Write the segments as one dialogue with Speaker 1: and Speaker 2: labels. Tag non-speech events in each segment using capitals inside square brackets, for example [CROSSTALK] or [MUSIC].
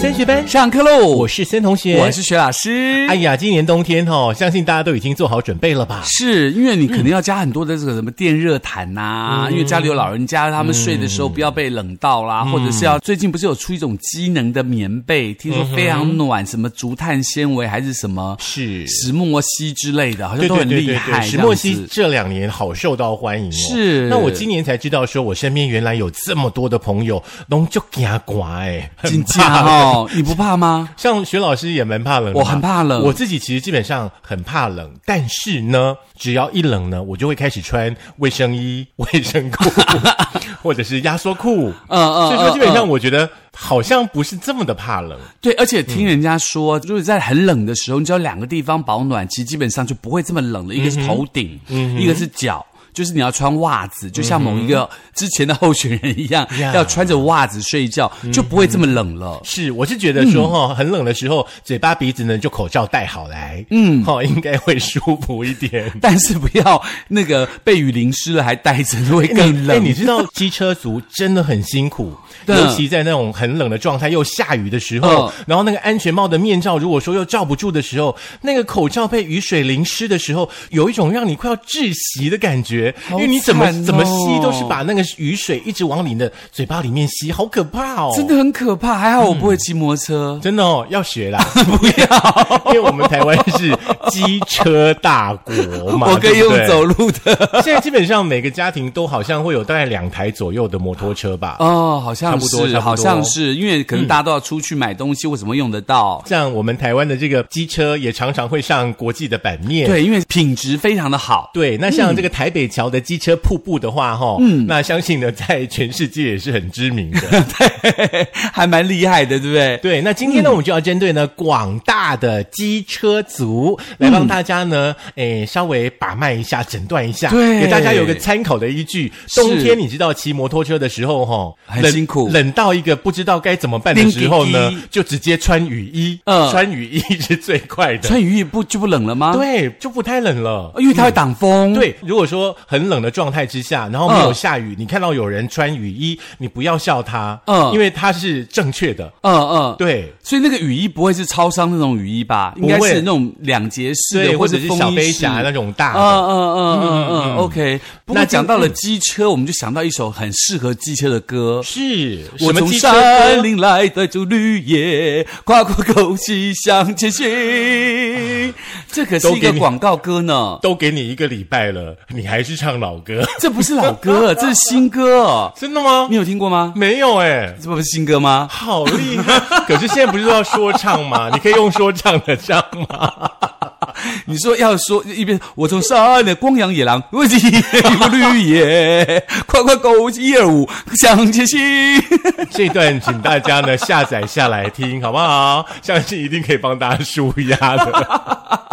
Speaker 1: 先学班，
Speaker 2: 上课喽！
Speaker 1: 我是森同学，
Speaker 2: 我是。薛老师。
Speaker 1: 哎呀，今年冬天哦，相信大家都已经做好准备了吧？
Speaker 2: 是因为你肯定要加很多的这个什么电热毯呐、因为家里有老人家，他们睡的时候不要被冷到啦，或者是要最近不是有出一种机能的棉被，听说非常暖，什么竹炭纤维还是什么
Speaker 1: 是
Speaker 2: 石墨烯之类的，好像都很厉害。
Speaker 1: 石墨
Speaker 2: 这
Speaker 1: 烯
Speaker 2: 样子
Speaker 1: 这两年好受到欢迎哦。
Speaker 2: 是
Speaker 1: 那我今年才知道，说我身边原来有这么多的朋友，拢就牙刮哎，
Speaker 2: 真
Speaker 1: 很
Speaker 2: 假
Speaker 1: 怕冷。
Speaker 2: 哦，你不怕吗？
Speaker 1: 像徐老师也蛮怕冷的嘛，
Speaker 2: 我很怕冷
Speaker 1: 我自己其实基本上很怕冷，但是呢，只要一冷呢，我就会开始穿卫生衣、卫生
Speaker 2: [LAUGHS]
Speaker 1: 裤，或者是压缩裤。
Speaker 2: 嗯嗯
Speaker 1: 所以说，基本
Speaker 2: 嗯
Speaker 1: 上我觉得好像不是这么的怕冷。
Speaker 2: 对，而且听人家说，如果在很冷的时候，你只要两个地方保暖，其实基本上就不会这么冷了。一个是头顶，
Speaker 1: 嗯
Speaker 2: 一个是脚。就是你要穿袜子，就像某一个之前的候选人一样，
Speaker 1: 呀
Speaker 2: 要穿着袜子睡觉，
Speaker 1: 嗯
Speaker 2: 就不会这么冷了。
Speaker 1: 是，我是觉得说
Speaker 2: 嗯
Speaker 1: 哈、很冷的时候，嘴巴鼻子呢就口罩戴好来，嗯，哈、应该会舒服一
Speaker 2: [LAUGHS]
Speaker 1: 点。
Speaker 2: 但是不要那个被雨淋湿了还带着，会更
Speaker 1: 哎，
Speaker 2: 冷。
Speaker 1: 你知道机车族真的很辛苦，
Speaker 2: 对
Speaker 1: 尤其在那种很冷的状态，又下雨的时候，
Speaker 2: 嗯
Speaker 1: 然后那个安全帽的面罩，如果说又罩不住的时候，那个口罩被雨水淋湿的时候，有一种让你快要窒息的感觉，
Speaker 2: 好
Speaker 1: 因为你怎么、
Speaker 2: 惨哦
Speaker 1: 怎么吸都是把那个雨水一直往你的嘴巴里面吸，好可怕哦！
Speaker 2: 真的很可怕。还好我不会骑摩托车，
Speaker 1: 真的哦，要学啦。
Speaker 2: [LAUGHS] 不要，
Speaker 1: [LAUGHS] 因为我们台湾是机车大国嘛，
Speaker 2: [LAUGHS] 我可以
Speaker 1: 对不
Speaker 2: 用
Speaker 1: 对
Speaker 2: 走。路的。
Speaker 1: [LAUGHS] 现在基本上每个家庭都好像会有大概两台左右的摩托车吧。
Speaker 2: 哦，好像
Speaker 1: 差不多差
Speaker 2: 是，
Speaker 1: 不多
Speaker 2: 好像是，因为可能大家都要出去买东西，为什么用得到？
Speaker 1: 像我们台湾的这个机车也常常会上国际的版面。
Speaker 2: 对，因嗯为品质非常的好。
Speaker 1: 对那像这个台北桥的机车瀑布的话，哈、
Speaker 2: 嗯
Speaker 1: 那相信呢，在全世界也是很知
Speaker 2: [LAUGHS]
Speaker 1: 名的。
Speaker 2: 对， [LAUGHS] 还蛮厉害的，对不对？
Speaker 1: 对，那今天呢，我们就要针对呢广大的机车族来帮大家呢，诶，稍微把脉一下，诊断一下，
Speaker 2: 嗯对
Speaker 1: 给大家有个参考的依据。冬天你知道骑摩托车的时候，哈，
Speaker 2: 很辛苦
Speaker 1: 冷到一个不知道该怎么办的时候呢
Speaker 2: 叮叮叮，
Speaker 1: 就直接穿雨衣，
Speaker 2: 嗯
Speaker 1: 穿雨衣是最快的，啊
Speaker 2: 穿哎雨衣不就不冷了吗？，
Speaker 1: 对，就不太冷了。
Speaker 2: 因为它会挡风。，
Speaker 1: 对，如果说很冷的状态之下，然后没
Speaker 2: 嗯
Speaker 1: 有下雨，你看到有人穿雨衣，你不要笑他，
Speaker 2: 嗯
Speaker 1: 因为他是正确的，
Speaker 2: 嗯嗯。
Speaker 1: 对。
Speaker 2: 所以那个雨衣不会是超商那种雨衣吧？应
Speaker 1: 会
Speaker 2: 该是那种两节式
Speaker 1: 对，
Speaker 2: 的，
Speaker 1: 或者
Speaker 2: 者
Speaker 1: 是啊小飞侠那
Speaker 2: 种。
Speaker 1: 种大
Speaker 2: 嗯
Speaker 1: 的。
Speaker 2: 嗯嗯嗯嗯，OK。不过
Speaker 1: 那今
Speaker 2: 讲到了机车，我们就想到一首很适合机车的歌。
Speaker 1: 是
Speaker 2: 我
Speaker 1: 什么
Speaker 2: 从
Speaker 1: 机车
Speaker 2: 山
Speaker 1: 歌？
Speaker 2: 林来的就绿野，跨过沟溪向前行。这可是
Speaker 1: 都
Speaker 2: 一
Speaker 1: 给
Speaker 2: 个
Speaker 1: 你
Speaker 2: 广告歌呢。
Speaker 1: 都给你一个礼拜了，你还是唱老歌，
Speaker 2: 这不是老歌，这是新 [LAUGHS] 歌。
Speaker 1: [LAUGHS] 真的吗
Speaker 2: 你？有听过吗？
Speaker 1: 没有哎、
Speaker 2: 这不是新歌吗？
Speaker 1: 好厉 [LAUGHS] 害！可是现在不是都要说唱吗？你可以用说唱的唱吗？
Speaker 2: 你说要说一边，我从山的光阳野狼，我是 [LAUGHS] 一个绿野，快快狗一二五向前行。
Speaker 1: [LAUGHS] 这段请大家呢下载下来听，好不好？相信一定可以帮大家舒压的。 [LAUGHS]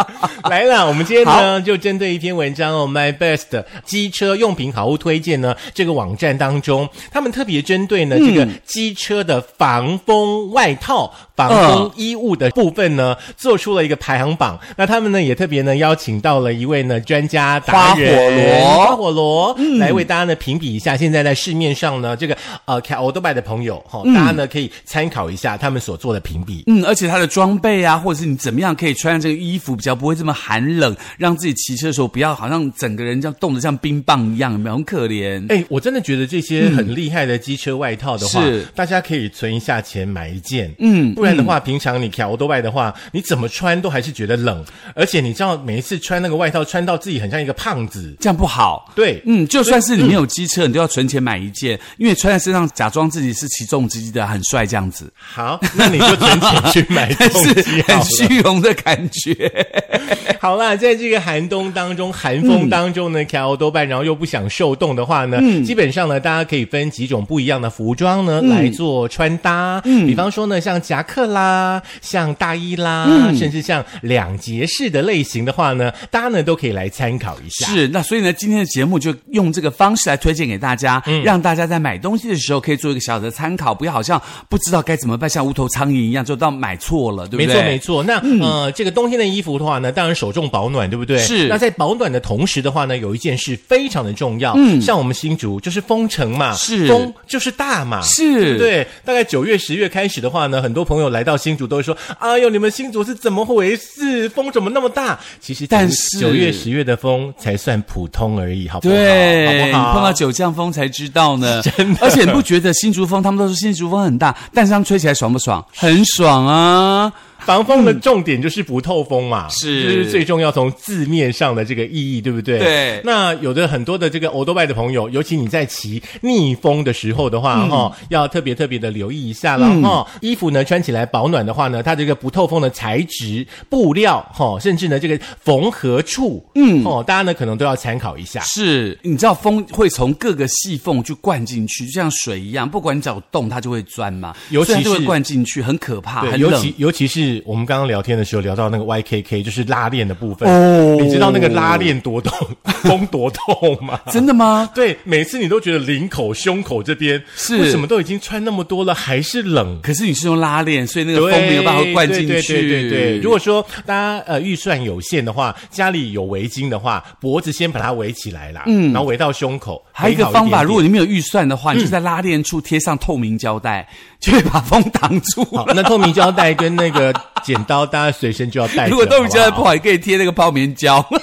Speaker 1: 来啦，我们今天呢就针对一篇文章哦，My Best 机车用品好物推荐呢这个网站当中，他们特别针对呢、这个机车的防风外套、防风衣物的部分呢，做出了一个排行榜。那他们呢也特别呢邀请到了一位呢专家达人
Speaker 2: 花火罗
Speaker 1: 花火
Speaker 2: 嗯
Speaker 1: 罗、来为大家呢评比一下，现在在市面上呢，这个呃开欧多拜的朋友哈、
Speaker 2: 嗯
Speaker 1: 大家呢可以参考一下他们所做的评比。
Speaker 2: [LAUGHS] 嗯，而且它的装备啊，或者是你怎么样可以穿上这个衣服，比较不会这么寒冷，让自己骑车的时候不要好像整个人这样冻得像冰棒一样，有没有很可怜？
Speaker 1: 哎，我真的觉得这些很厉害的机车外套的话，
Speaker 2: 嗯是
Speaker 1: 大家可以存一下钱买一件，嗯，不然的话，平常你开欧多拜的话，你怎么穿都还是觉得冷，而且你知道每一次穿那个外套，穿到自己很像一个胖子，
Speaker 2: 这样不好。
Speaker 1: 对，
Speaker 2: 嗯，就算是你没有机车，你都要存钱买一件，因为穿在身上假装自己是骑重机的，很帅这样子。
Speaker 1: 好，那你就存钱去买
Speaker 2: [LAUGHS] 但
Speaker 1: 东
Speaker 2: 是
Speaker 1: 西好
Speaker 2: 很
Speaker 1: 了。
Speaker 2: 虚荣的感觉。
Speaker 1: [LAUGHS] 好啦，在这个寒冬当中、寒风当中呢，调多半，然后又不想受冻的话呢，基本上呢，大家可以分几种不一样的服装呢、来做穿搭。比方说呢，像夹克啦，像大衣啦，甚至像两节式的类型的话呢，大家呢都可以来参考一下。
Speaker 2: 是，那所以呢，今天的节目就用这个方式来推荐给大家，
Speaker 1: 嗯
Speaker 2: 让大家在买东西的时候可以做一个小小的参考，不要好像不知道该怎么办，像无头苍蝇一样，就到买错了，对不对？嗯
Speaker 1: 没错没错，那、呃，这个冬天的衣服的话呢，呢，当然首重保暖，对不对？
Speaker 2: 是
Speaker 1: 那在保暖的同时的话呢，有一件事非常的重要，嗯，像我们新竹就是封城嘛，
Speaker 2: 是
Speaker 1: 风就是大嘛，
Speaker 2: 是
Speaker 1: 对，大概九月、十月开始的话呢，很多朋友来到新竹都会说：“哎呦，你们新竹是怎么回事？风怎么那么大？”其实，
Speaker 2: 但是
Speaker 1: 九月、十月的风才算普通而已，好不好？
Speaker 2: 对，
Speaker 1: 好不好？
Speaker 2: 你碰到九降风才知道呢。
Speaker 1: [LAUGHS] 真的
Speaker 2: 而且你不觉得新竹风，他们都说新竹风很大，但是他们吹起来爽不爽？很爽啊！
Speaker 1: 防风的重点就是不透风嘛，
Speaker 2: 嗯是
Speaker 1: 这是最重要从字面上的这个意义，对不对？
Speaker 2: 对
Speaker 1: 那有的很多的这个欧多拜的朋友，尤其你在骑逆风的时候的话，
Speaker 2: 嗯
Speaker 1: 哦，要特别特别的留意一下啦。哦，衣服呢穿起来保暖的话呢，它这个不透风的材质、布料，哦，甚至呢这个缝合处，嗯，哦，大家呢可能都要参考一下。
Speaker 2: 是，你知道风会从各个细缝去灌进去，就像水一样，不管你脚动，它就会钻嘛，
Speaker 1: 尤其
Speaker 2: 所以它就会
Speaker 1: 是
Speaker 2: 灌进去，很可怕，
Speaker 1: 对，
Speaker 2: 啊很
Speaker 1: 尤
Speaker 2: 冷。
Speaker 1: 其尤其是我们刚刚聊天的时候聊到那个 YKK，就是拉链的部分。
Speaker 2: 哦
Speaker 1: 你知道那个拉链多痛， [LAUGHS] 风多痛吗？
Speaker 2: 真的吗？
Speaker 1: 对，每次你都觉得领口、胸口这边
Speaker 2: 是
Speaker 1: 为什么都已经穿那么多了，还是冷？
Speaker 2: 可是你是用拉链，所以那个
Speaker 1: 对，
Speaker 2: 风没有办法灌进去。
Speaker 1: 对对对对对如果说大家呃预算有限的话，家里有围巾的话，脖子先把它围起来啦，嗯，然后围到胸口。
Speaker 2: 还有
Speaker 1: 围
Speaker 2: 一个
Speaker 1: 好
Speaker 2: 方法，
Speaker 1: 点点
Speaker 2: 如果你没有预算的
Speaker 1: 嗯
Speaker 2: 话，你就在拉链处贴上透明胶带，就会把风挡住。
Speaker 1: 好，那透明胶带跟那个剪刀，大家随身就要带着。
Speaker 2: [LAUGHS] 如果透明胶带
Speaker 1: 好不
Speaker 2: 不
Speaker 1: 好，
Speaker 2: 好，也可以贴那个泡棉胶。
Speaker 1: [LAUGHS]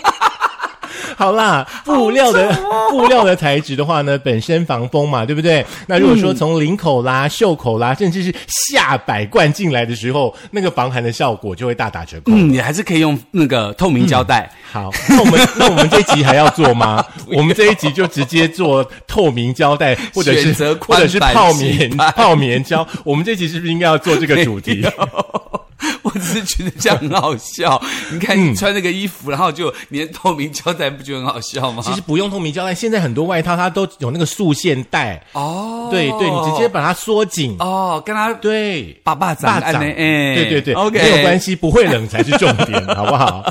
Speaker 1: 好啦，布料的、布料的材质的话呢，本身防风嘛，对不对？那如果说从领口啦、袖口啦，甚至是下摆灌进来的时候，那个防寒的效果就会大打折扣。
Speaker 2: 嗯，你还是可以用那个透明胶带。
Speaker 1: 好，那我们那我们这一集还要做吗？我们这一集就直接做透明胶带，或者
Speaker 2: [LAUGHS] 选
Speaker 1: 是
Speaker 2: 择
Speaker 1: 或
Speaker 2: 宽
Speaker 1: 者是
Speaker 2: 版
Speaker 1: 泡棉
Speaker 2: 型版
Speaker 1: 泡棉胶。我们这集是不是应该要做这个主
Speaker 2: [LAUGHS]
Speaker 1: 题？
Speaker 2: 我只是觉得这样很好笑。
Speaker 1: 嗯
Speaker 2: 你看你穿那个衣服，然后就粘透明胶带，不觉得很好笑吗？
Speaker 1: 其实不用透明胶带，现在很多外套它都有那个束线带。
Speaker 2: 哦，
Speaker 1: 对对，你直接把它缩紧。
Speaker 2: 哦，跟他
Speaker 1: 对。
Speaker 2: 爸爸长
Speaker 1: 大
Speaker 2: 按
Speaker 1: 掌，
Speaker 2: 呢，哎，
Speaker 1: 对对对
Speaker 2: ，OK，
Speaker 1: 没有关。系，不会冷才是重
Speaker 2: [LAUGHS]
Speaker 1: 点，好不好？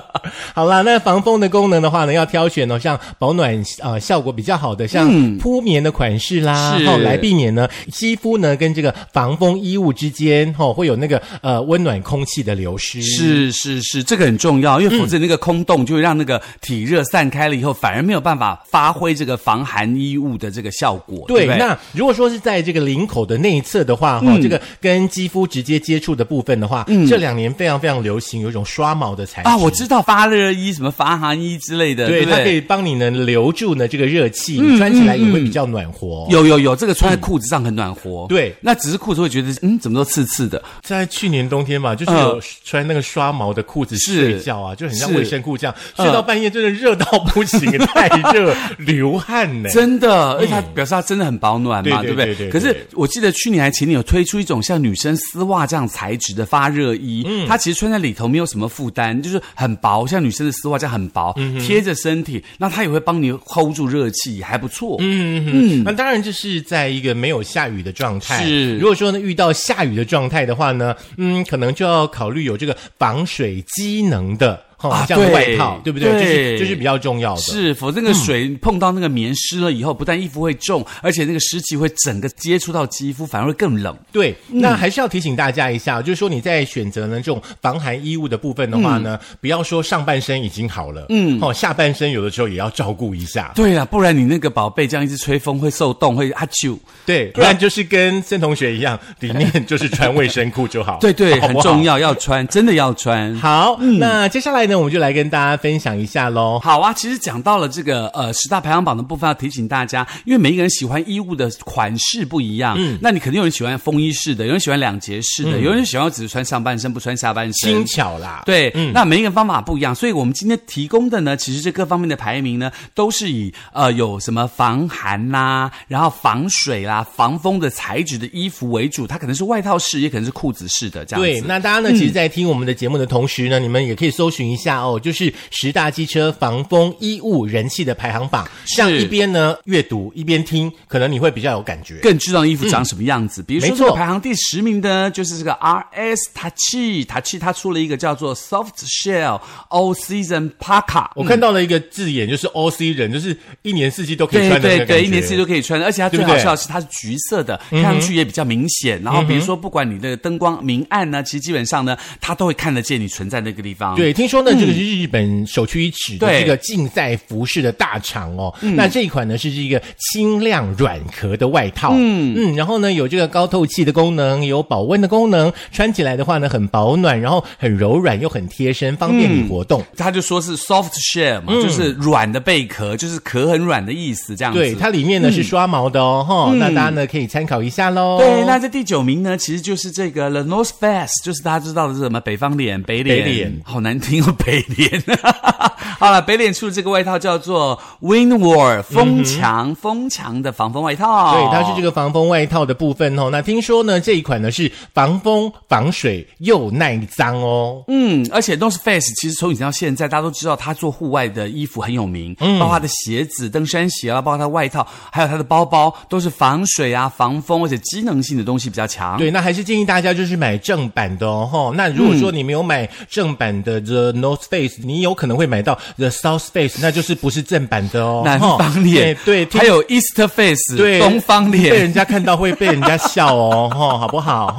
Speaker 1: 好啦，那防风的功能的话呢，要挑选哦，像保暖呃效果比较好的，像铺棉的款式啦，
Speaker 2: 嗯是
Speaker 1: 后来避免呢肌肤呢跟这个防风衣物之间哦会有那个呃温暖空气的流失。。
Speaker 2: 是是是，这个很重要，
Speaker 1: 嗯
Speaker 2: 因为否则那个空洞就会让那个体热散开了以后，反而没有办法发挥这个防寒衣物的这个效果。
Speaker 1: 对，
Speaker 2: 对不对，嗯
Speaker 1: 那如果说是在这个领口的内侧的话，哈、这个跟肌肤直接接触的部分的话，这两年非常非常流行有一种刷毛的材质
Speaker 2: 啊，我知道发热衣、什么防寒衣之类的，对
Speaker 1: 对，嗯
Speaker 2: 不
Speaker 1: 它可
Speaker 2: 对？
Speaker 1: 以帮你呢留住呢这个热气，你穿起来也会比较暖和。
Speaker 2: 有有有，这个穿在裤子上很暖和。
Speaker 1: 嗯对
Speaker 2: 那只是裤子会觉得，嗯，怎么都刺刺的。
Speaker 1: 在去年冬天嘛，就是有穿那个刷毛的裤子
Speaker 2: 是
Speaker 1: 睡觉啊，就很像
Speaker 2: 是
Speaker 1: 卫生裤这样，睡到半夜真的热到不行， [LAUGHS] 太热，流汗呢。
Speaker 2: 真的，而且它表示它真的很保暖嘛，
Speaker 1: 对对
Speaker 2: 哎嗯对不对？
Speaker 1: 对对对
Speaker 2: 可是我记得去年还前年有推出一种像女生丝袜这样材质的发热衣，它其实穿在里头没有什么负担，就是很薄，像女生的丝袜这样很薄，贴着身体，那它也会帮你 hold 住热气，也还不错。
Speaker 1: 嗯，那当然这是在一个没有下雨的状态。
Speaker 2: 是
Speaker 1: 如果说呢遇到下雨的状态的话呢，嗯，可能就要考虑有这个防水机能的。哈、
Speaker 2: 啊
Speaker 1: 这样的外
Speaker 2: 对
Speaker 1: 套，对不对？
Speaker 2: 对
Speaker 1: 就是就是比较重要的。
Speaker 2: 是，否则那个水碰到那个棉湿了以后，不但衣服会重，而且那个湿气会整个接触到肌肤，反而会更冷。
Speaker 1: 对，
Speaker 2: 嗯
Speaker 1: 那还是要提醒大家一下，就是说你在选择呢这种防寒衣物的部分的话呢，
Speaker 2: 嗯
Speaker 1: 不要说上半身已经好了，嗯，哦，下半身有的时候也要照顾一下，
Speaker 2: 对啦，不然你那个宝贝这样一直吹风会受冻，会啊啾。
Speaker 1: 对，不然就是跟森同学一样，里面就是穿卫生裤就好，
Speaker 2: [LAUGHS] 对对，
Speaker 1: 好
Speaker 2: 很
Speaker 1: 不好
Speaker 2: 重。要，要穿，真的要穿。
Speaker 1: 好，那接下来呢，我们就来跟大家分享一下喽。
Speaker 2: 好啊，其实讲到了这个呃十大排行榜的部分，要提醒大家，因为每一个人喜欢衣物的款式不一样，嗯，那你肯定有人喜欢风衣式的，
Speaker 1: 嗯
Speaker 2: 有人喜欢两节式的，有人喜欢只是穿上半身不穿下半身
Speaker 1: 轻。嗯巧啦，
Speaker 2: 对，那每一个人方法不一样，所以我们今天提供的呢，其实这各方面的排名呢，都是以呃有什么防寒啦、然后防水啦、防风的材质的衣服为主，它可能是外套式，也可能是裤子式的这样子。嗯
Speaker 1: 对，那大家呢，其实，在听我们的节目的同时呢，你们也可以搜寻一下哦，就是十大机车防风衣物人气的排行榜，这样一边呢阅读一边听，可能你会比较有感觉。
Speaker 2: 更知道衣服长什么样子。比如
Speaker 1: 嗯没
Speaker 2: 说
Speaker 1: 错
Speaker 2: 这个排行第十名的，就是这个 RS Tachi Tachi，它出了一个叫做 Soft Shell All Season Parka。
Speaker 1: 我看到了一个字眼，就是 O C 人，就是一年四季都可以
Speaker 2: 对
Speaker 1: 穿的那
Speaker 2: 对
Speaker 1: 个感觉。
Speaker 2: 对，一年四季都可以穿的，而且它
Speaker 1: 对
Speaker 2: 最
Speaker 1: 不对嗯
Speaker 2: 好笑的是它是橘色的，看上去也比较明显。然后啊比如说，不管你的灯光明暗呢，其实基本上呢，它都会看得见你存在那个地方。
Speaker 1: 对，听说呢，这个是日本首屈一指的
Speaker 2: 对
Speaker 1: 这个竞赛服饰的大厂哦。
Speaker 2: 嗯
Speaker 1: 那这一款呢是这个轻量软壳的外套，嗯嗯，然后呢有这个高透气的功能，有保温的功能，穿起来的话呢很保暖，然后很柔软又很贴身，方便你活动。
Speaker 2: 他就说是 soft shell
Speaker 1: 嗯
Speaker 2: 嘛，就是软的贝壳，就是壳很软的意思，这样子。
Speaker 1: 对，它里面呢是刷毛的哦，哈、那大家呢可以参考一下喽。
Speaker 2: 嗯对，那这第九名呢，其实就是这个 The North Face，就是大家知道的是什么北方脸、北脸，
Speaker 1: 北脸
Speaker 2: 好难听哦，北脸。 [LAUGHS] 好了，北脸出的这个外套叫做 Windward 风墙、风墙的防风外
Speaker 1: 嗯
Speaker 2: 套，
Speaker 1: 对，它是这个防风外套的部分哦。那听说呢，这一款呢是防风、防水又耐脏哦。
Speaker 2: 嗯，而且 North Face 其实从以前到现在，大家都知道它做户外的衣服很有名，嗯，包括它的鞋子、登山鞋啊，包括它的外套，还有它的包包，都是防水啊、防风，而且机能性的东西比较强。
Speaker 1: 对，那还是建议大家就是买正版的哦。吼那如果说你没有买正版的
Speaker 2: 嗯
Speaker 1: The North Face，、你有可能会买到 The South Face，那就是不是正版的哦。
Speaker 2: [LAUGHS] 南
Speaker 1: 吼
Speaker 2: 方脸，
Speaker 1: 对，对
Speaker 2: 还有 East Face，
Speaker 1: 对
Speaker 2: 东方
Speaker 1: 被
Speaker 2: 脸。
Speaker 1: 人家看到会被人家笑哦，哈，好不好？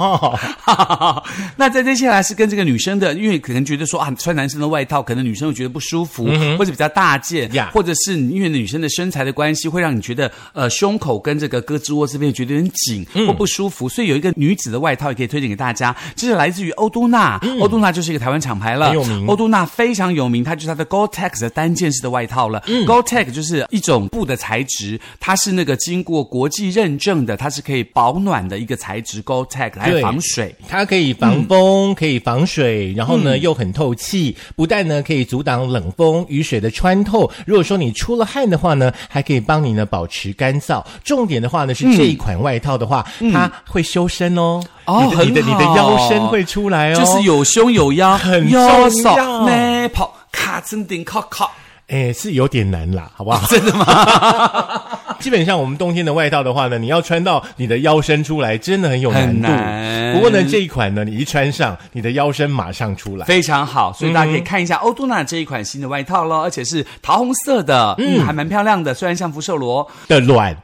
Speaker 1: 哈。
Speaker 2: [LAUGHS] 那在接下来是跟这个女生的，因为可能觉得说啊，穿男生的外套，可能女生会觉得不舒服，或者比较大件
Speaker 1: 嗯呀
Speaker 2: 或者是你因为女生的身材的关系，会让你觉得呃胸口跟这个胳肢窝这边觉得有点紧、
Speaker 1: 嗯
Speaker 2: 或不舒服，所以有一个女子的外套也可以推荐给大家，这是来自于欧都娜，欧都娜就是一个台湾厂牌
Speaker 1: 嗯
Speaker 2: 了，
Speaker 1: 很有名
Speaker 2: 欧都娜非常有名，它就是它的 Gore-Tex 的单件式的外套了。Gore-Tex
Speaker 1: 嗯
Speaker 2: 就是一种布的材质，它是那个经过国际认证的，它是可以保暖的一个材质，Gore-Tex 还有
Speaker 1: 对
Speaker 2: 防水。
Speaker 1: 它可以防
Speaker 2: 嗯
Speaker 1: 风，可以防水，然后呢、又很透气，不但呢可以阻挡冷风、雨水的穿透。如果说你出了汗的话呢，还可以帮你呢保持干燥。重点的话呢是这一款外套的话，它会修身哦，
Speaker 2: 嗯哦
Speaker 1: 你的你的
Speaker 2: 很
Speaker 1: 你
Speaker 2: 好
Speaker 1: 的腰身会出来哦，
Speaker 2: 就是。有胸有腰，
Speaker 1: 很
Speaker 2: 腰
Speaker 1: 重
Speaker 2: 手
Speaker 1: 要
Speaker 2: 内跑卡真顶靠靠。
Speaker 1: 哎，是有点难啦，好不
Speaker 2: [LAUGHS]
Speaker 1: 好？真的吗？ [LAUGHS] 基本上我们冬天的外套的话呢，你要穿到你的腰身出来，真的很有难
Speaker 2: 很
Speaker 1: 度。
Speaker 2: 难
Speaker 1: 不过呢，这一款呢，你一穿上，你的腰身马上出来。
Speaker 2: 非常好，所以大家可以看一下
Speaker 1: 嗯
Speaker 2: 欧都娜这一款新的外套咯，而且是桃红色的，嗯，还蛮漂亮的，虽然像福寿螺。 [LAUGHS]
Speaker 1: 的卵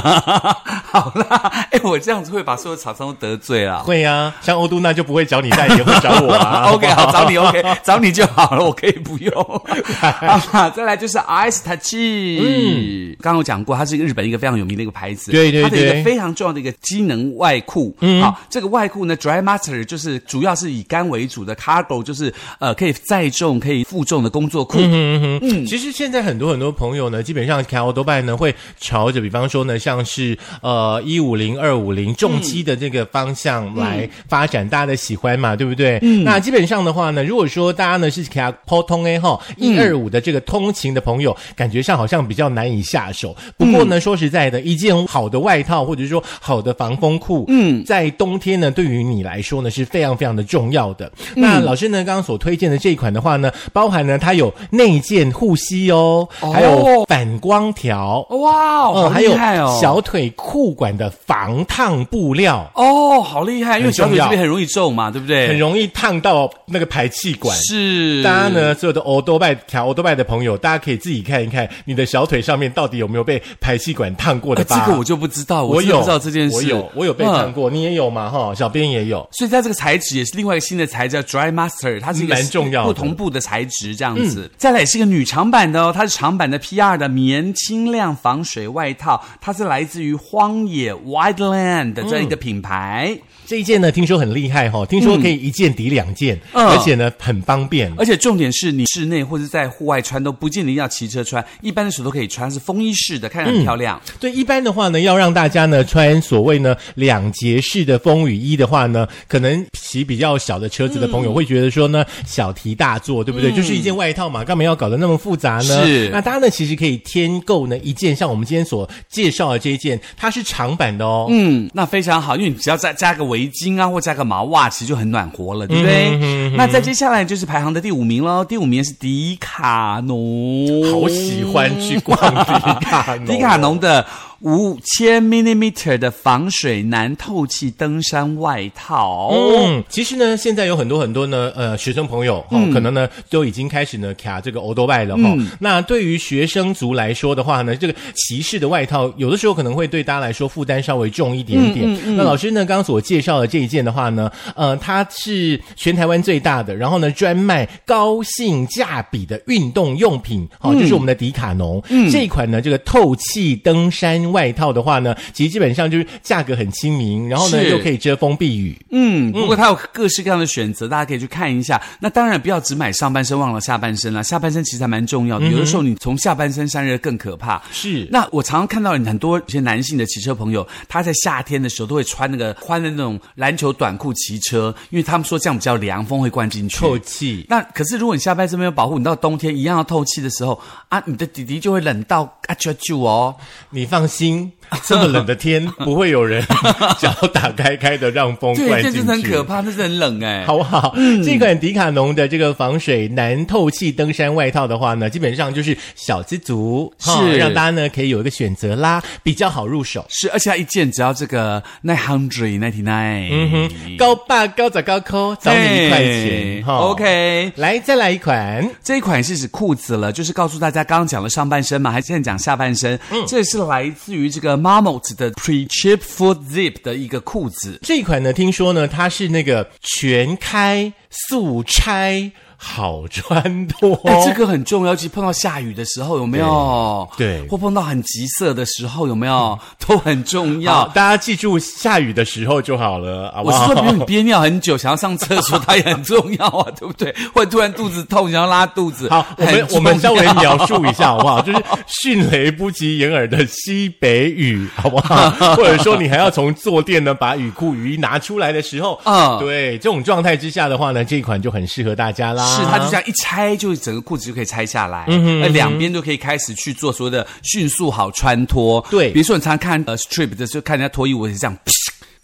Speaker 2: 好啦，哎，我这样子会把所有厂商都得罪了。
Speaker 1: 会啊，像欧都娜就不会找你代言，会找我 [LAUGHS]
Speaker 2: [LAUGHS]
Speaker 1: 啊。
Speaker 2: OK，好，找你 OK，找你就好了，我可以不用。 [LAUGHS] 好啦，再来就是 Ice Tachi，嗯，刚刚我讲过，它是一个日本一个非常有名的一个牌子，
Speaker 1: 对对
Speaker 2: 它的一
Speaker 1: 对
Speaker 2: 个非常重要的一个机能外裤，嗯，好，这个外裤呢，Dry Master 就是主要是以干为主的，Cargo 就是呃可以载重、可以负重的工作裤，
Speaker 1: 嗯，其实现在很多很多朋友呢，基本上开欧多半呢会朝着，比方说呢，像是呃一五零二五
Speaker 2: 嗯
Speaker 1: 零重机的这个方向来发展，大家的喜欢嘛，对不对？嗯，那基本上的话呢，如果说大家呢是开普通 A 哈
Speaker 2: 嗯
Speaker 1: 一二五的这个通勤的朋友，感觉上好像比较难以下手。不过
Speaker 2: 嗯
Speaker 1: 呢，说实在的，一件好的外套或者说好的防风裤，嗯，在冬天呢，对于你来说呢是非常非常的重要的。
Speaker 2: 嗯
Speaker 1: 那老师呢刚刚所推荐的这一款的话呢，包含呢它有内建护膝哦，
Speaker 2: 哦
Speaker 1: 还有反光条，
Speaker 2: 哇哦，好
Speaker 1: 还有
Speaker 2: 厉害哦，
Speaker 1: 小腿裤管的防烫布料，
Speaker 2: 哦，好厉害，因为
Speaker 1: 很
Speaker 2: 小
Speaker 1: 重
Speaker 2: 腿这
Speaker 1: 要
Speaker 2: 边很容易皱嘛，对不对？
Speaker 1: 很容易烫到那个排气管。
Speaker 2: 是，
Speaker 1: 大家呢，所有的欧多拜调欧多拜的朋友，大家可以自己看一看，你的小腿上面到底有没有被排气管烫过的
Speaker 2: 呃。这
Speaker 1: 疤、
Speaker 2: 个我就不知道，我真的
Speaker 1: 有
Speaker 2: 不知道这件事，
Speaker 1: 我有我有被
Speaker 2: 嗯
Speaker 1: 烫过，你也有嘛哈？齁小编也有。
Speaker 2: 所以它这个材质也是另外一个新的材质，叫 Dry Master，它是一个
Speaker 1: 蛮重要的嗯
Speaker 2: 不同步的材质这样子。再来也是一个女长版的哦，它是长版的 PR 的棉轻量防水外套，它是来自于荒野 Wildland 的这样一个品牌，
Speaker 1: 这一件呢，听说很厉害哈、哦，听说可以一件抵两件，
Speaker 2: 嗯
Speaker 1: 而且呢很方便。
Speaker 2: 而且重点是你室内或者在户外穿都不见得一定要骑车穿，一般的时候都可以穿，是风衣式的，看着很漂亮。
Speaker 1: 对，一般的话呢，要让大家呢穿所谓呢两节式的风雨衣的话呢，可能骑比较小的车子的朋友会觉得说呢，小题大做，对不对？就是一件外套嘛，干嘛要搞得那么复杂呢？
Speaker 2: 是
Speaker 1: 那大家呢其实可以添购呢一件，像我们今天所介绍的这一件，它是长版的哦。
Speaker 2: 嗯，那非常好，因为你只要再加个围巾啊，或加个毛袜，其实就很暖和了，对不对？那再接下来就是排行的第五名喽，第五名是迪卡侬，
Speaker 1: 好喜欢去逛迪卡侬，
Speaker 2: [LAUGHS] 迪卡侬的五千 millimeter 的防水难透气登山外套。
Speaker 1: 嗯，其实呢，现在有很多很多呢，呃，学生朋友哈、可能呢都已经开始呢卡这个欧多拜了哈、哦那对于学生族来说的话呢，这个骑士的外套有的时候可能会对大家来说负担稍微重一点点。那老师呢，刚刚所介绍的这一件的话呢，呃，它是全台湾最大的，然后呢专卖高性价比的运动用品，好、就是我们的迪卡侬、这一款呢，这个透气登山外套的话呢，其实基本上就是价格很亲民，然后呢
Speaker 2: 是
Speaker 1: 又可以遮风避雨。
Speaker 2: 嗯，不过它有各式各样的选择，大家可以去看一下。那当然不要只买上半身，忘了下半身啦。下半身其实还蛮重要的，有的时候你从下半身散热更可怕。
Speaker 1: 是
Speaker 2: 那我常常看到很多一些男性的骑车朋友，他在夏天的时候都会穿那个宽的那种篮球短裤骑车，因为他们说这样比较凉，风会灌进去。
Speaker 1: 透气。
Speaker 2: 那可是如果你下半身没有保护，你到冬天一样要透气的时候啊，你的底底就会冷到啊啾啾哦。
Speaker 1: 你放心，这么冷的
Speaker 2: [LAUGHS]
Speaker 1: 天，不会有人 [LAUGHS] 脚打开开的让风
Speaker 2: 对，
Speaker 1: 灌
Speaker 2: 这
Speaker 1: 进去，
Speaker 2: 真的很可怕，这真的很冷哎、
Speaker 1: 好不好？这款迪卡侬的这个防水难透气登山外套的话呢，基本上就是小资族，哈
Speaker 2: 是
Speaker 1: 让大家呢可以有一个选择啦，比较好入手。
Speaker 2: 是，而且它一件只要这个 nine hundred ninety nine，嗯
Speaker 1: 嗯，高霸高早高抠，找你一块钱哈。
Speaker 2: 哎 OK，
Speaker 1: 来再来一款，
Speaker 2: 这一款是指裤子了，就是告诉大家刚刚讲了上半身嘛，还现在讲下半身。嗯，这是来自于这个 Marmot 的 Pre Chip Foot Zip 的一个裤子。
Speaker 1: 这一款呢，听说呢它是那个全开速拆。好穿脱，
Speaker 2: 哎，这个很重要，尤其碰到下雨的时候，有没有？
Speaker 1: 对对
Speaker 2: 或碰到很急色的时候，有没有？ [LAUGHS] 都很重
Speaker 1: 好，
Speaker 2: 要。
Speaker 1: 大家记住下雨的时候就好了，好不
Speaker 2: 我是
Speaker 1: 好？
Speaker 2: 说，比如你憋尿很久，想要上厕所，它也很重要啊，对不对？或者突然肚子痛，想要拉肚
Speaker 1: [LAUGHS]
Speaker 2: 子。
Speaker 1: 好，我
Speaker 2: 很
Speaker 1: 们我们
Speaker 2: 重
Speaker 1: 稍微
Speaker 2: 要
Speaker 1: 描述一下好不好？就是迅雷不及掩耳的西北雨，好不
Speaker 2: [LAUGHS]
Speaker 1: 好？或者说你还要从坐垫呢把雨裤雨衣拿出来的时候，
Speaker 2: [LAUGHS] 嗯
Speaker 1: 对，这种状态之下的话呢，这一款就很适合大家啦。
Speaker 2: 是，它就这样一拆，就整个裤子就可以拆下来，
Speaker 1: 嗯
Speaker 2: 那、两边就可以开始去做所谓的迅速好穿脱。
Speaker 1: 对
Speaker 2: 比如说你常看呃 strip 的时候，看人家脱衣舞也是
Speaker 1: [LAUGHS]
Speaker 2: 这样。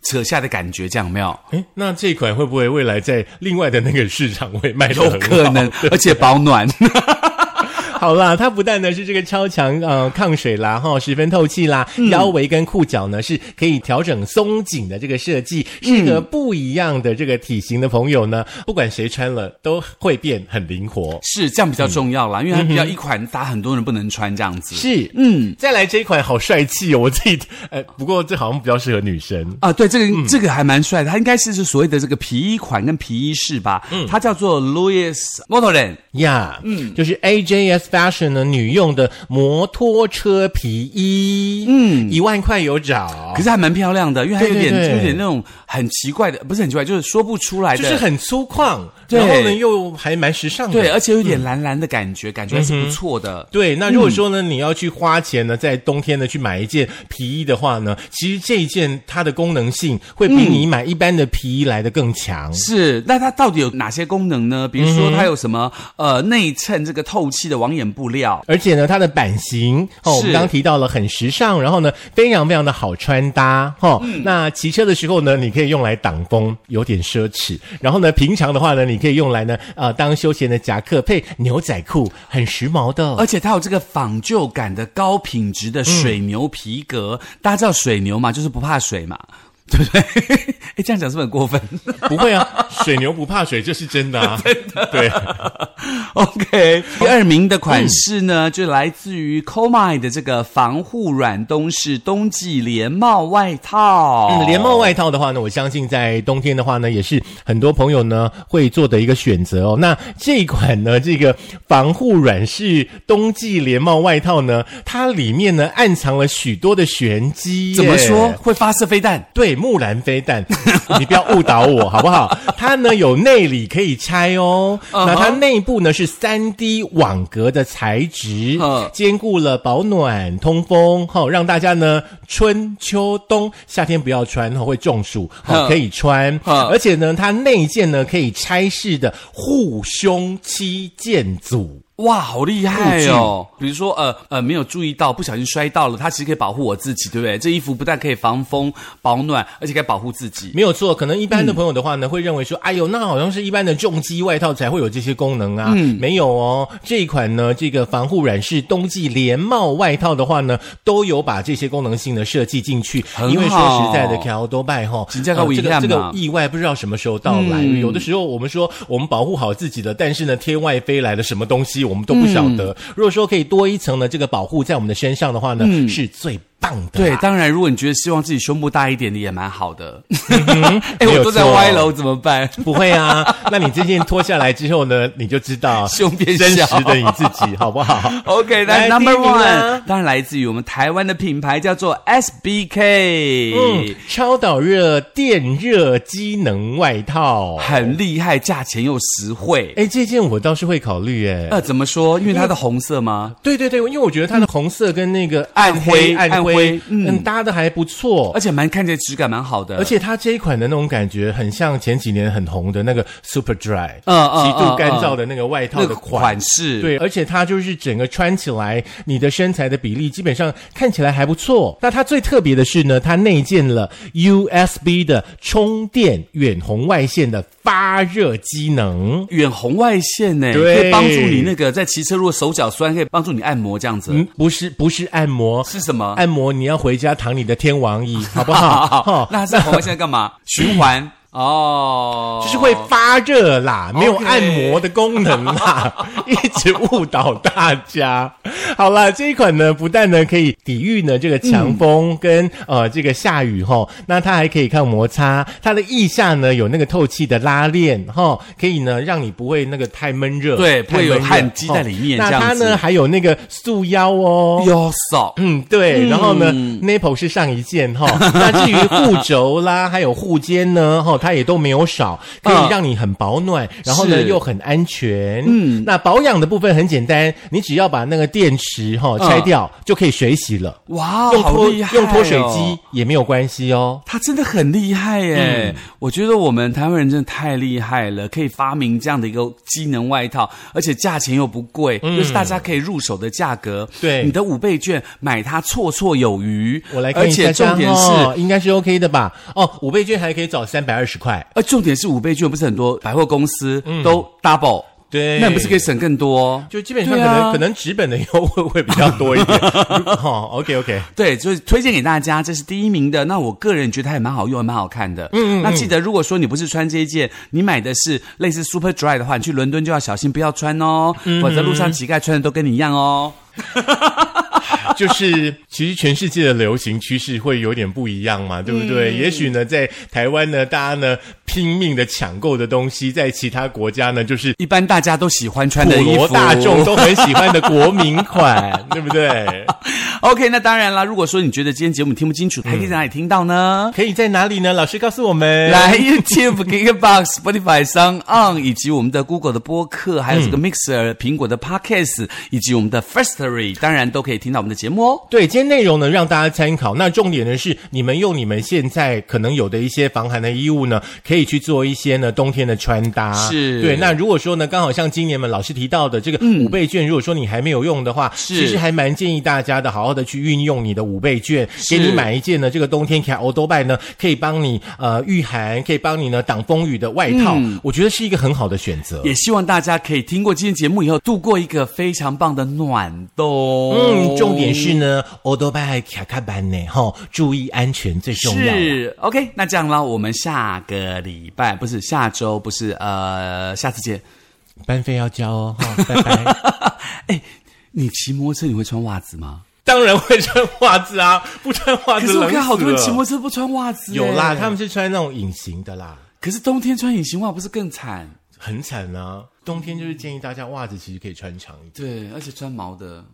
Speaker 2: 扯下的感觉，这样有没有？
Speaker 1: 诶那这一款会不会未来在另外的那个市场会卖的
Speaker 2: 有哦可能，而且保
Speaker 1: [LAUGHS]
Speaker 2: 暖。
Speaker 1: 好啦，它不但呢是这个超强呃抗水啦，哈、十分透气啦，腰围跟裤脚呢是可以调整松紧的这个设计，适合不一样的这个体型的朋友呢，不管谁穿了都会变很灵活。
Speaker 2: 是这样比较重要啦，因为它比较一款，大家很多人不能穿这样子。
Speaker 1: 是，嗯，再来这一款好帅气哦，我自己，呃，不过这好像比较适合女生。
Speaker 2: 啊，对，这个、
Speaker 1: 嗯
Speaker 2: 这个还蛮帅的，它应该是是所谓的这个皮衣款跟皮衣式吧，
Speaker 1: 嗯
Speaker 2: 它叫做 Louis Vuitton。
Speaker 1: 呀、嗯，就是 AJS Fashion 呢女用的摩托车皮衣，嗯，一万块有找，
Speaker 2: 可是还蛮漂亮的，因为它有
Speaker 1: 对对
Speaker 2: 点
Speaker 1: 对
Speaker 2: 有点那种很奇怪的，不是很奇怪，就是说不出来的，
Speaker 1: 就是很粗犷，
Speaker 2: 对
Speaker 1: 然后呢又还蛮时尚的，
Speaker 2: 对，而且有点蓝蓝的感
Speaker 1: 嗯
Speaker 2: 觉，感觉还是不错的。
Speaker 1: 对，那如果说呢，你要去花钱呢，在冬天呢去买一件皮衣的话呢，其实这一件它的功能性会比你买一般的皮衣来的更强。
Speaker 2: 是，那它到底有哪些功能呢？比如说它有什么、呃内衬这个透气的网眼布料，
Speaker 1: 而且呢，它的版型哦，我们
Speaker 2: 是
Speaker 1: 刚提到了很时尚，然后呢，非常非常的好穿搭哦。那骑车的时候呢，你可以用来挡风，有点奢侈。然后呢，平常的话呢，你可以用来呢，呃，当休闲的夹克配牛仔裤，很时髦的。
Speaker 2: 而且它有这个仿旧感的高品质的水牛皮革。
Speaker 1: 嗯
Speaker 2: 大家知道水牛嘛，就是不怕水
Speaker 1: [LAUGHS]
Speaker 2: 嘛。对不对？ [LAUGHS] 哎，这样讲是不是很过分
Speaker 1: 不会啊，水牛不怕水，这是真的啊。对。哦
Speaker 2: ？OK，第二名的款式呢，就来自于 Comai 的这个防护软冬式冬季连帽外套。
Speaker 1: 嗯，连帽外套的话呢，我相信在冬天的话呢，也是很多朋友呢会做的一个选择哦。那这一款呢，这个防护软式冬季连帽外套呢，它里面呢暗藏了许多的玄机。
Speaker 2: 怎么说？？会发射飞弹？
Speaker 1: 对，木兰飞弹，你不要误导我好不好？它呢有内里可以拆哦，
Speaker 2: 嗯哼
Speaker 1: 那它内部呢是三 D 网格的材质
Speaker 2: 嗯，
Speaker 1: 兼顾了保暖、通风，哈、让大家呢春秋冬夏天不要穿，哈、会中暑，哈、
Speaker 2: 嗯
Speaker 1: 可以穿，
Speaker 2: 嗯
Speaker 1: 而且呢它内件呢可以拆式的护胸七件组。
Speaker 2: 哇，好厉害哦！比如说，呃呃，没有注意到，不小心摔到了，它其实可以保护我自己，对不对？这衣服不但可以防风、保暖，而且可以保护自己。
Speaker 1: 没有错，可能一般的朋友的话呢，会认为说，哎呦，那好像是一般的重击外套才会有这些功能啊。
Speaker 2: 嗯
Speaker 1: 没有哦，这一款呢，这个防护软式冬季连帽外套的话呢，都有把这些功能性的设计进去。
Speaker 2: 很
Speaker 1: 因为说实在的
Speaker 2: 好啊
Speaker 1: ，K L 多拜哈，
Speaker 2: 真的跟我
Speaker 1: 这
Speaker 2: 一
Speaker 1: 个
Speaker 2: 样
Speaker 1: 这个
Speaker 2: 嘛
Speaker 1: 意外不知道什么时候到来。
Speaker 2: 嗯
Speaker 1: 有的时候我们说我们保护好自己的，但是呢，天外飞来的什么东西我们都不晓得。
Speaker 2: 嗯
Speaker 1: 如果说可以多一层呢，这个保护在我们的身上的话呢，是最棒的啦。啊
Speaker 2: 对，啊当然，如果你觉得希望自己胸部大一点的，也蛮
Speaker 1: [LAUGHS]
Speaker 2: 好的。哎，
Speaker 1: 没有
Speaker 2: 我都在
Speaker 1: 错
Speaker 2: 歪楼怎么办？ [LAUGHS]
Speaker 1: [LAUGHS] 不会啊，那你这件脱下来之后呢，你就知道
Speaker 2: 胸变
Speaker 1: 真
Speaker 2: 小
Speaker 1: 实的你自己，好不
Speaker 2: [LAUGHS]
Speaker 1: 好
Speaker 2: OK，
Speaker 1: 来
Speaker 2: 那 Number
Speaker 1: 第一名啊
Speaker 2: One 当然来自于我们台湾的品牌叫做 SBK，
Speaker 1: 嗯，超导热电热机能外
Speaker 2: [LAUGHS]
Speaker 1: 套，
Speaker 2: 很厉害，价钱又实惠。
Speaker 1: 哎，这件我倒是会考虑哎。
Speaker 2: 呃，怎么说？因为它的红色吗？
Speaker 1: 对对对，因为我觉得它的红色跟那个
Speaker 2: 嗯暗
Speaker 1: 黑
Speaker 2: 灰
Speaker 1: 暗
Speaker 2: 暗
Speaker 1: 灰
Speaker 2: 灰，嗯呃
Speaker 1: 嗯，搭的还不错
Speaker 2: 而。且蛮看起来质感蛮好的，
Speaker 1: 而且它这一款的那种感觉，很像前几年很红的那个 Super Dry，
Speaker 2: 嗯嗯
Speaker 1: 极度
Speaker 2: 嗯
Speaker 1: 干
Speaker 2: 嗯
Speaker 1: 燥的那个外套
Speaker 2: 那
Speaker 1: 的
Speaker 2: 个
Speaker 1: 款
Speaker 2: 款式，
Speaker 1: 对，而且它就是整个穿起来，你的身材的比例基本上看起来还不错。那它最特别的是呢，它内建了 USB 的充电远红外线的发热机能。
Speaker 2: 远红外线呢，
Speaker 1: 对
Speaker 2: 可以帮助你那个在骑车，如果手脚酸，可以帮助你按摩这样子，
Speaker 1: 嗯，不是不是按摩，
Speaker 2: 是什么？
Speaker 1: 按摩你要回家躺你的天王椅，好不好？哦
Speaker 2: [LAUGHS] 好好
Speaker 1: 哈
Speaker 2: 好，那是红外线
Speaker 1: [LAUGHS]
Speaker 2: 干嘛？循环哦，
Speaker 1: 就是会发热啦，没有
Speaker 2: OK
Speaker 1: 按摩的功能啦， [LAUGHS] 一直误导大家。好啦，这一款呢，不但呢可以抵御呢这个强风跟、
Speaker 2: 嗯
Speaker 1: 呃这个下雨吼，那它还可以抗摩擦，它的腋下呢有那个透气的拉链哈，可以呢让你不会那个太闷热，
Speaker 2: 对
Speaker 1: 太闷热
Speaker 2: 不会有汗积在里面
Speaker 1: 吼那
Speaker 2: 这样
Speaker 1: 它
Speaker 2: 子
Speaker 1: 呢还有那个束腰哦，
Speaker 2: 右手。
Speaker 1: 嗯，对，然后呢、n a p p l e 是上一件
Speaker 2: [LAUGHS]
Speaker 1: 哈、那至于护肘啦，还有护肩呢，哈、它也都没有少，可以
Speaker 2: 嗯
Speaker 1: 让你很保暖，然后呢
Speaker 2: 是
Speaker 1: 又很安全。嗯，那保养的部分很简单，你只要把那个电池哈、
Speaker 2: 嗯
Speaker 1: 拆掉、就可以水洗了，
Speaker 2: 哇，
Speaker 1: 用
Speaker 2: 好
Speaker 1: 脱
Speaker 2: 厉害、哦
Speaker 1: 用脱水机。嗯也没有关系哦。
Speaker 2: 他真的很厉害耶！我觉得我们台湾人真的太厉害了，可以发明这样的一个机能外套，而且价钱又不贵，又是大家可以入手的价格。
Speaker 1: 嗯对
Speaker 2: 你的五倍券买它绰绰有余。
Speaker 1: 我来看
Speaker 2: 而
Speaker 1: 一下
Speaker 2: 且重
Speaker 1: 账
Speaker 2: 点是，
Speaker 1: 哦，应该是 OK 的吧？哦，五倍券还可以找三百二十块，
Speaker 2: 呃，重点是五倍券不是很多百货公司都 double，、
Speaker 1: 嗯对
Speaker 2: 那你不是可以省更多？
Speaker 1: 就基本上可
Speaker 2: 对
Speaker 1: 能、
Speaker 2: 啊
Speaker 1: 可能纸本的优惠会比较多一
Speaker 2: [LAUGHS]
Speaker 1: 点。哦，OK OK。
Speaker 2: 对，就是推荐给大家，这是第一名的。那我个人觉得它也蛮好用，还蛮好看的。嗯那记得，如果说你不是穿这一件，你买的是类似 Super Dry 的话，你去伦敦就要小心，不要穿哦，
Speaker 1: 嗯
Speaker 2: 否则路上乞丐穿的都跟你一样哦。
Speaker 1: 就是其实全世界的流行趋势会有点不一样嘛，对不对？也许呢，在台湾呢，大家呢拼命的抢购的东西，在其他国家呢，就是
Speaker 2: 一般大家都喜欢穿的
Speaker 1: 普
Speaker 2: 衣
Speaker 1: 罗
Speaker 2: 服，
Speaker 1: 大众都很喜欢的国民款，对不对？
Speaker 2: OK，那当然啦，如果说你觉得今天节目你听不清楚，还可以在哪里听到呢？
Speaker 1: 可以在哪里呢？老师告诉我们。
Speaker 2: [LAUGHS] 来 YouTube、KKBox、Spotify、s o n On，以及我们的 Google 的播客，还有
Speaker 1: 嗯
Speaker 2: 这个 Mixer、苹果的 Podcast，以及我们的 Firstory，当然都可以听到我们的节目哦。
Speaker 1: 对，今天内容呢让大家参考。那重点呢是，你们用你们现在可能有的一些防寒的衣物呢，可以去做一些呢冬天的穿搭。
Speaker 2: 是嗯
Speaker 1: 对。那如果说呢，刚好像今年们老师提到的这个五倍券，如果说你还没有用的话，
Speaker 2: 是
Speaker 1: 其实还蛮建议大家的，好好的去运用你的五倍券，给你买一件呢这个冬天卡欧多拜呢，可以帮你呃御寒，可以帮你呢挡风雨的外套，我觉得是一个很好的选择。
Speaker 2: 嗯也希望大家可以听过今天节目以后，度过一个非常棒的暖冬。
Speaker 1: 嗯，重点是呢，
Speaker 2: 哦
Speaker 1: 欧多拜卡卡班呢，哈，注意安全最重要啊。
Speaker 2: 是 OK，那这样啦，我们下个礼拜不是下周不是呃下次见。
Speaker 1: 班费要交哦， [LAUGHS] 哈，拜
Speaker 2: [LAUGHS]
Speaker 1: 拜。
Speaker 2: 哎你骑摩托车你会穿袜子吗？
Speaker 1: 当然会穿袜子啊，不穿袜
Speaker 2: 可
Speaker 1: 子
Speaker 2: 是我
Speaker 1: 冷死了
Speaker 2: 看好多人骑摩托车不穿袜子、
Speaker 1: 有啦，
Speaker 2: 欸
Speaker 1: 他们是穿那种隐形的啦，
Speaker 2: 可是冬天穿隐形袜不是更惨？
Speaker 1: 很惨啊。冬天就是建议大家袜子其实可以穿长一点。
Speaker 2: 对，而且穿毛的。